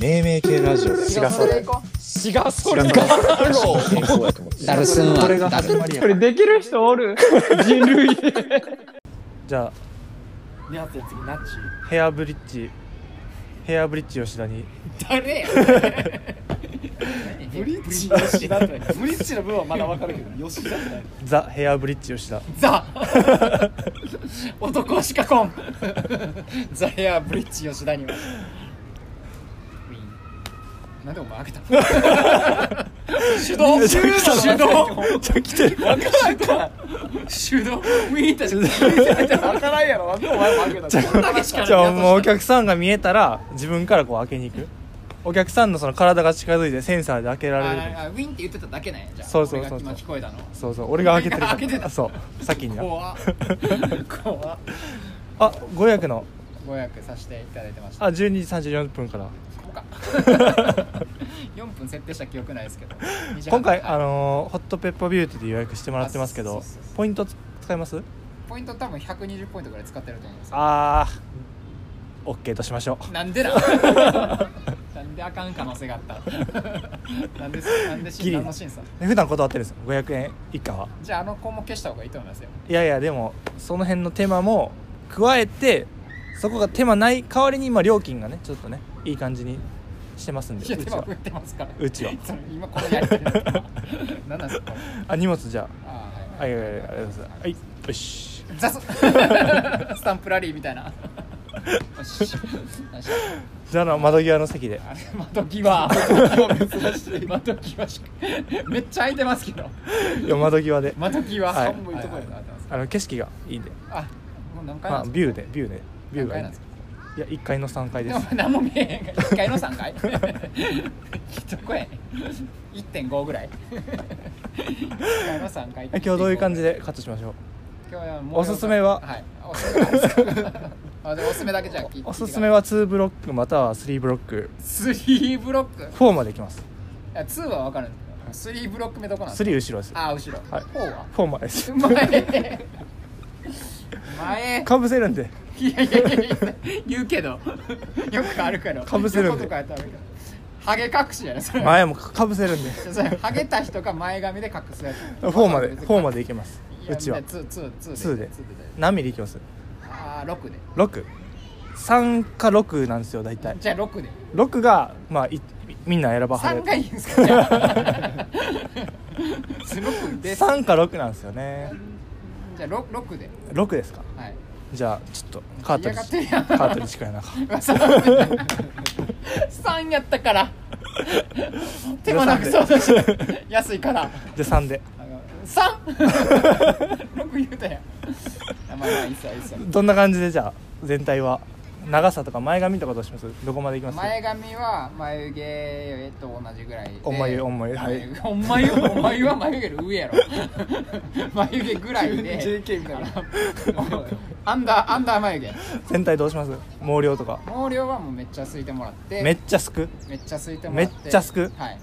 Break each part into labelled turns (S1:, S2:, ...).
S1: 命名系ラジオだよ
S2: 違うそれ行こ
S3: 違うそれ
S1: 違う
S3: か
S1: 健康やと思って
S4: ダルスンは
S2: これが
S4: ダル
S3: これできる人おる人類
S5: じゃ
S2: う。二発で次ナッチ。
S5: あヘアブリッジヘアブリッジ吉田に
S2: 誰や。ブリッジ吉田ってブリッジの分はまだわかるけど吉田って
S5: ザ・ヘアブリッジ吉田
S2: ザ男しかこんザヘアブリッジ吉田にはウィンなんでお前開けたの 手動手動
S5: じゃあ来てる
S2: 分からんから手動ウィンって分からんやろなんでお前も開けたのこんだけしか
S5: じゃあもうお客さんが見えたら自分からこう開けに行くお客さんのその体が近づいてセンサーで開けられる
S2: ああウィンって言ってただけなんやじゃあ
S5: そうそうそう
S2: 俺が
S5: そう
S2: 今聞こえたの
S5: そうそう俺が開けてるから
S2: 開けてた
S5: そう先にな
S2: 怖っ怖っ
S5: あご予約の
S2: ご予約させていただいてました
S5: あ12時34分から
S2: ここか 4分設定した記憶ないですけど
S5: 今回
S2: あ
S5: あのーホットペッパービューティーで予約してもらってますけ
S2: あ
S5: ど
S2: そうそうそう
S5: ポイント使います
S2: ポイント多分120ポイントぐらい使ってると思うんですよ
S5: あー OK としましょう
S2: なんでだ なんであかん可能性があ ったなんでなんで
S5: ギ
S2: し
S5: リ
S2: 何の審査
S5: で普段断ってるんです500円以下は
S2: じゃああの項目消した方がいいと思いますよ
S5: いやいやでもその辺の手間も加えてそこが手間ない代わりに今料金がねちょっとねいい感じにしてますんで
S2: いや
S5: う
S2: 手
S5: ち
S2: 間
S5: は
S2: 増えてますから
S5: うちは
S2: その今このやりと り何なんですかこれ
S5: あ荷物じゃ
S2: あー
S5: あ
S2: は
S5: はいい
S2: は
S5: は
S2: い
S5: いはいありがとうございますはいよし
S2: ザ ススタンプラリーみたいなよしよし
S5: じゃああの窓際の席で
S2: あれ窓際 窓際珍しい窓際しかめっちゃ空いてますけど
S5: いや窓際で
S2: 窓際
S5: はい
S2: 半分いいとこやなってます
S5: あの景色がいいんで
S2: あもう何回
S5: ま
S2: な
S5: あ
S2: ん
S5: ビ
S2: ですか
S5: ューでビューでビューがいいんでいや1階の3階 で
S2: ですも何も見えへんから1階の3階 どこやねん1.5ぐらい1階の3階
S5: 今日どういう感じでカットしましょう
S2: 今日はもう
S5: おすすめは
S2: はいおすすめですかあでおすすめだけじゃあ聞いて
S5: おすすめは2ブロックまたは3ブロック
S2: 3ブロック
S5: 4までいきます
S2: いや2は分かるんですけど3ブロック目どこなんですか
S5: 3後ろです
S2: あ後ろ、
S5: はい
S2: 4は
S5: 4までです
S2: 前前
S5: かぶせるんで
S2: いやいやいやいや言うけどよくあるけど
S5: かぶせるん
S2: 横
S5: で
S2: とかやったらあるけどハゲ隠しじゃないそ れ
S5: 前もかぶせるんで
S2: それハゲた人が前髪で隠すやつ
S5: 4まで4までいけます
S2: いや
S5: うちは
S2: ツーツーツーで
S5: 2で
S2: ツーで
S5: 何ミリいきます
S2: ああ6で
S5: ?63 か6なんですよ大体
S2: じゃあ6で
S5: 6がまあいみんな選ばは
S2: 3
S5: る
S2: がいいんですかじ ゃあすごくです
S5: 3か6なんですよね
S2: じゃあ 6, 6で
S5: 6ですか
S2: はい
S5: じゃあちょっとカートリッジ
S2: 嫌がってるやん
S5: カートリッジくらいな
S2: 3やったから手もなくそうだし安いから
S5: で3で
S2: 三六言うたやん。あまあまあいいっすよいいっすよ
S5: どんな感じでじゃあ全体は長さとか前髪とかどうしますどこまでいきます
S2: 前髪は眉毛と同じぐらいで。
S5: お眉お眉はい
S2: 眉毛お眉お眉は眉毛より上やろ。眉毛ぐらいで。JK みたいな。アンダーアンダー眉毛。
S5: 全体どうします毛量とか
S2: 毛量はもうめっちゃすいてもらって。
S5: めっちゃすく
S2: めっちゃすいてもらって。
S5: めっちゃすく
S2: はい。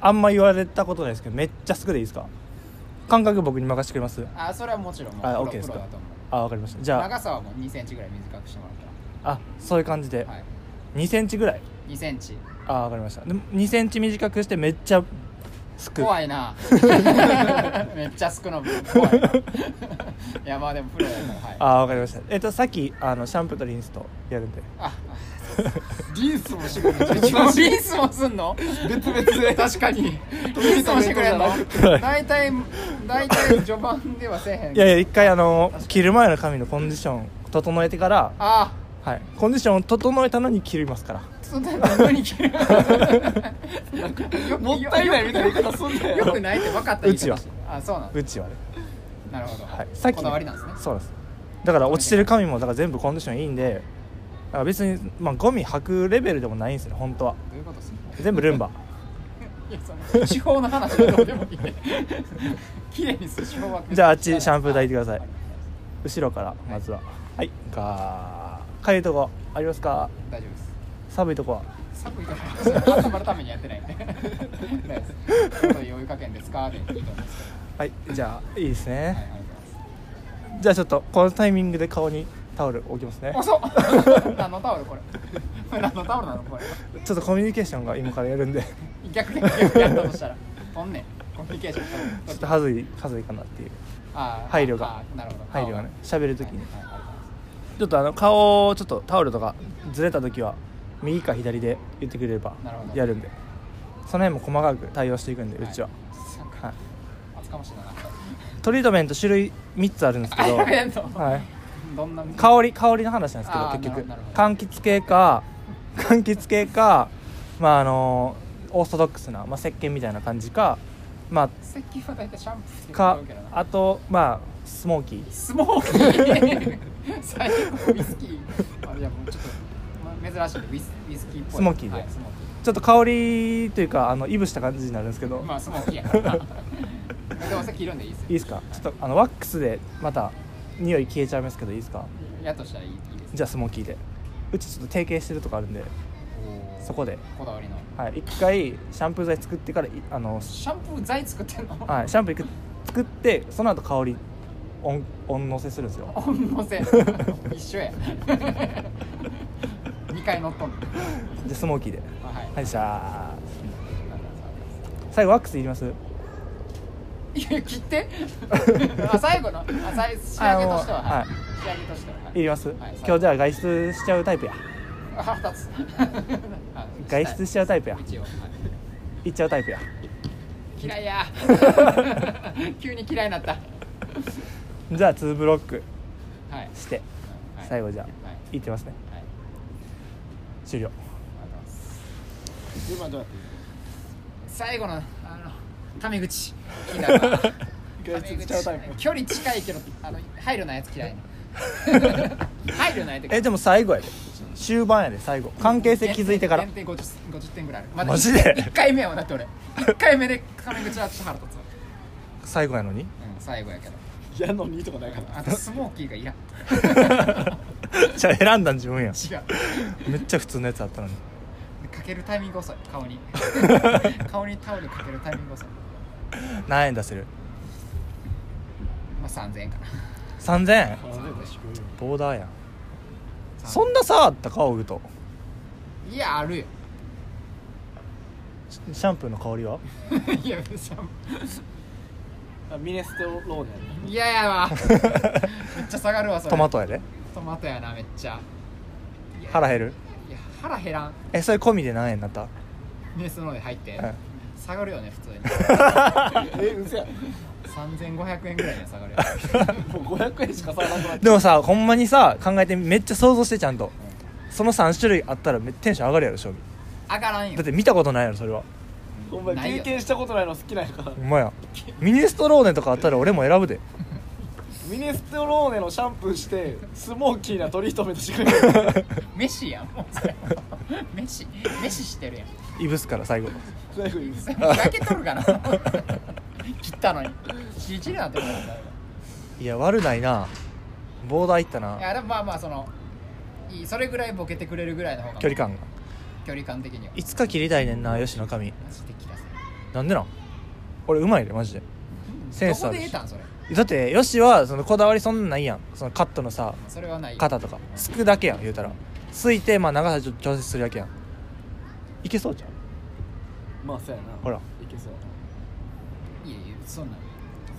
S5: あんま言われたことないですけどめっちゃすくでいいですか感覚僕に任せてくれます
S2: あそれはもちろんもう
S5: あ
S2: プロ
S5: OK です
S2: プ
S5: か
S2: ロだと思う。
S5: あわかりましたじゃあ
S2: 長さはもう2センチぐらい短くしてもらっ
S5: あそういう感じで
S2: たら。はい。
S5: 2センチぐらい
S2: 2センチ。
S5: あわかりましたで2センチ短くしてめっちゃすく
S2: 怖いな めっちゃすくの怖いないやまあでもプロやからはい
S5: あわかりましたえっとさっきあのシャンプーとリンスとやるんで
S2: あリンスもしてくれる リンスもすんの別々で確かにリンスもしてくれんの
S5: はい
S2: 大体大体序盤ではせえへん
S5: いやいや一回あの切る前の髪のコンディション整えてから
S2: あ
S5: はいコンディションを整えたのに切りますから
S2: そんなのに切るもったいないみたいな言い方すんなよよくないって分かった言い方して
S5: うち
S2: あそうなん
S5: うちはね
S2: なるほど、
S5: はいさっき
S2: こだわりなんですね
S5: そうなんですだから落ちてる髪もだから全部コンディションいいんでだから別に、まあ、ゴミ履くレベルでもないんですよ本当は
S2: どういうことすんの
S5: 全部ルンバ
S2: いやその手法の話はどうでもいいね綺麗にする手法は
S5: じゃああっちシャンプー台行ってください
S2: あ
S5: 後ろからまずははいかーかゆいとこありますか
S2: 大丈夫です
S5: 寒いとこは
S2: 寒いから温まるためにやってないんでないですどういうお湯加減ですかでいいと思うんですけど
S5: はいじゃあいいです
S2: はい
S5: ね
S2: ありがとうござい
S5: じゃあちょっとこのタイミングで顔にタオル置きますね
S2: ます遅っ何のタオルこれこれ何のタオルなのこれ
S5: ちょっとコミュニケーションが今からやるんで
S2: 逆に逆にやったとしたらとんねんコミュニケーション取る
S5: ちょっとはずいはずいかなっていう
S2: あー
S5: 配慮が
S2: あーなるほど
S5: 配慮がね喋るときに
S2: はいはいありがとうございます
S5: ちょっとあの顔をちょっとタオルとかずれた時は右か左で言ってくれれば
S2: なるほど
S5: やるんでその辺も細かく対応していくんでうちは、
S2: そっか
S5: はい、
S2: 厚かましいな
S5: トリートメント種類3つあるんですけ
S2: あ
S5: ど、
S2: やめんの
S5: はい、
S2: どんな
S5: 香り香りの話なんですけど
S2: あー
S5: 結局
S2: なるほど
S5: 柑橘系か 柑橘系かまああのオーソドックスな、まあ、石鹸みたいな感じかま
S2: 石器は大体シャンプーって
S5: あ
S2: 言
S5: か
S2: うけどな
S5: あとまあスモーキー
S2: スモーキー最近ウイスキーあいやもうちょっと、まあ、珍しいんでウイスウイスキーっぽい
S5: スモーキーで
S2: はい、スモーキ
S5: ちょっと香りというかあのいぶした感じになるんですけど、
S2: ーまあスモーキーやからなでもさっきいるんでいいです
S5: いい
S2: よ
S5: ですかちょっとあのワックスでまた匂い消えちゃいますけどいいですか
S2: やっとしたらいいいいです
S5: じゃあスモーキーでうちちょっと提携してるとこあるんで
S2: おー
S5: そこで
S2: こだわりの
S5: はい、一回シャンプー剤作ってからいあの、
S2: シャンプー剤作ってんの
S5: はい、シャンプーいく作ってその後香りオンオン乗せするんですよ
S2: おんの せ一緒や二回乗っとんの
S5: でスモーキーで
S2: あはい
S5: はいじゃあ最後ワックスいります
S2: いや切ってあ最後のあ最仕上げとしては、
S5: あ
S2: はい
S5: の、
S2: 仕上げとしては、はい
S5: ります、
S2: はい
S5: 今日じゃあ外出しちゃうタイプや
S2: あ腹立つあ
S5: 外出しちゃうタイプや
S2: 一応、はい
S5: 行っちゃうタイプや
S2: 嫌いや急に嫌いになったはい、
S5: じゃあ2ブロック
S2: はい、
S5: して最後じゃあ
S2: はい
S5: 行ってますね
S2: はい
S5: 終了
S2: ありがとうございます順番どうやって最後のあのタメ口気になるな
S1: 外出しちゃうタイプ
S2: 距離近いけどあの配慮ないやつ嫌いな配慮ないと
S5: えでも最後やで終盤やで最後関係性気づいてから
S2: 減点減点 50, 50点ぐらいあるまだ
S5: マジで
S2: 1回目はだって俺1回目でタメ口はちょっと腹立つわ
S5: 最後やのに
S2: うん最後やけど
S1: 嫌のにとかないかな
S2: あとスモーキーがいらん
S5: じゃあ選んだん自分やん
S2: 違う
S5: めっちゃ普通のやつあったのに
S2: かけるタイミング遅い顔 に顔にタオルかけるタイミング遅い
S5: 何円出せる
S2: まあ3000円かな
S5: 3000円
S1: あでも低いよ
S5: ボーダーやんそんな差あったかオグと
S2: いやある よ
S5: シシャンプーの香りはい
S2: や別に
S1: あミネストローネ
S2: いややわめっちゃ下がるわそれ
S5: トマトやで
S2: トマトやなめっちゃいや
S5: 腹減る
S2: いや腹減らん
S5: えそれ込みで何円になった
S2: ネスノーで入って、
S5: うん
S2: 下がるよね普通に
S1: えうせや
S2: 3500円ぐらいには下が るよ
S1: もう500円しかさなくなって
S5: でもさほんまにさ考えてめっちゃ想像してちゃんとその3種類あったらめテンション上がるやろ正味
S2: 上がらんよ
S5: だって見たことないやろそれは
S1: お前
S2: ないよ
S1: 経験したことないの好きなんやから
S5: ほんまやミネストローネとかあったら俺も選ぶで
S1: ミネストローネのシャンプーしてスモーキーなトリートメントしてくれ る
S2: 飯やんもうそれ飯飯してる やん
S5: いぶすから最後
S1: 最後に
S2: それ開けとるかな 切ったのにチリチリなって思ったよ
S5: いや悪ないなボーダーいった
S2: い
S5: な
S2: やでもまあまあそのいいそれぐらいボケてくれるぐらいの方が
S5: 距離感が
S2: 距離感的にはい
S5: つか切りたいねんな吉野神
S2: マジで切らせ
S5: なんでなん俺うまいでマジでセンス
S2: ど
S5: あ
S2: こ
S5: る
S2: で
S5: し
S2: 得たんそれ
S5: だってヨシはそのこだわりそんなんないやんそのカットのさ
S2: それはない
S5: 肩とかすくだけやん言うたらすいてまあ長さちょ調節するだけやんいけそうじゃん
S1: まあそうやな
S5: ほら
S1: いけそうやない
S2: やいやそんな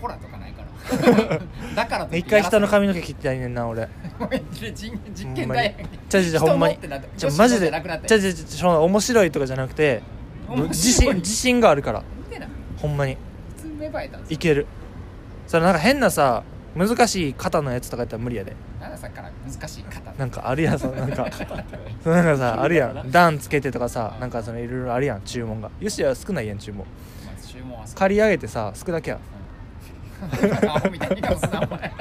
S2: ホラーとかないから だからとい
S5: 一
S2: ってや
S5: 回
S2: ら
S5: 人の
S2: せ
S5: 髪の毛切ってないねんな俺
S2: ごめん実実験台やんけ
S5: じゃじゃほんまに
S2: 人のってな
S5: じゃマジ
S2: よしよしじ
S5: で
S2: ゃなくなった
S5: じゃじゃじゃその面白いとかじゃなくて
S2: 面
S5: 自
S2: 白い
S5: 信自信があるから
S2: 見てな
S5: ほんまに
S2: 普通芽生えたんです
S5: い
S2: よ
S5: けるそれなんか変なさ難しい肩のやつとかやったら無理やで
S2: なんださっきから難しい方
S5: なんかあるやんそのなんかそのなんかさあるや
S1: 気になる
S5: ん
S1: な
S5: 段つけてとかさなんかそのいろいろあるやん注文がよしは少ないやん注文
S2: まず注文は
S5: 借り上げてさ少だけやん
S2: アホみたいに顔すなお前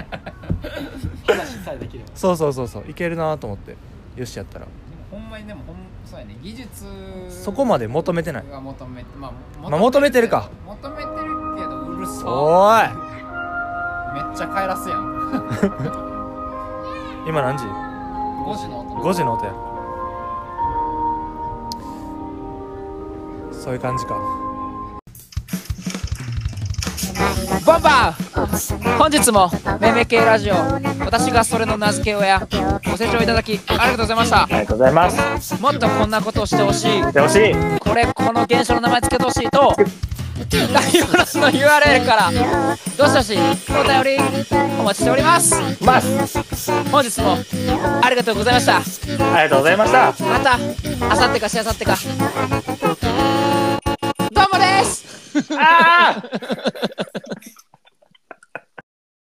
S1: 話さえできれば
S5: そうそうそうそういけるなと思ってよしやったら
S2: ほんまにでもほんそうやね技術
S5: そこまで求めてない
S2: は求めてまあ
S5: まあ求めてるか
S2: 求めてるけどうるさ
S5: おー
S2: めっちゃ帰らすやん
S5: い今何時
S2: 5時の音
S5: ?5 時の音やそういう感じか
S4: ただいま
S2: バンバー本日もめめ系ラジオ私がそれの名付け親ご清聴いただきありがとうございました
S5: ありがとうございます。
S2: もっとこんなことをしてほしい
S5: 見てほしい。
S2: これこの現象の名前つけてほしいと概要欄の URL からどしどしお便りお待ちしております
S5: ます。
S2: 本日もありがとうございました
S5: ありがとうございました。
S2: またあさってかしあさってかどうもです
S5: ああ。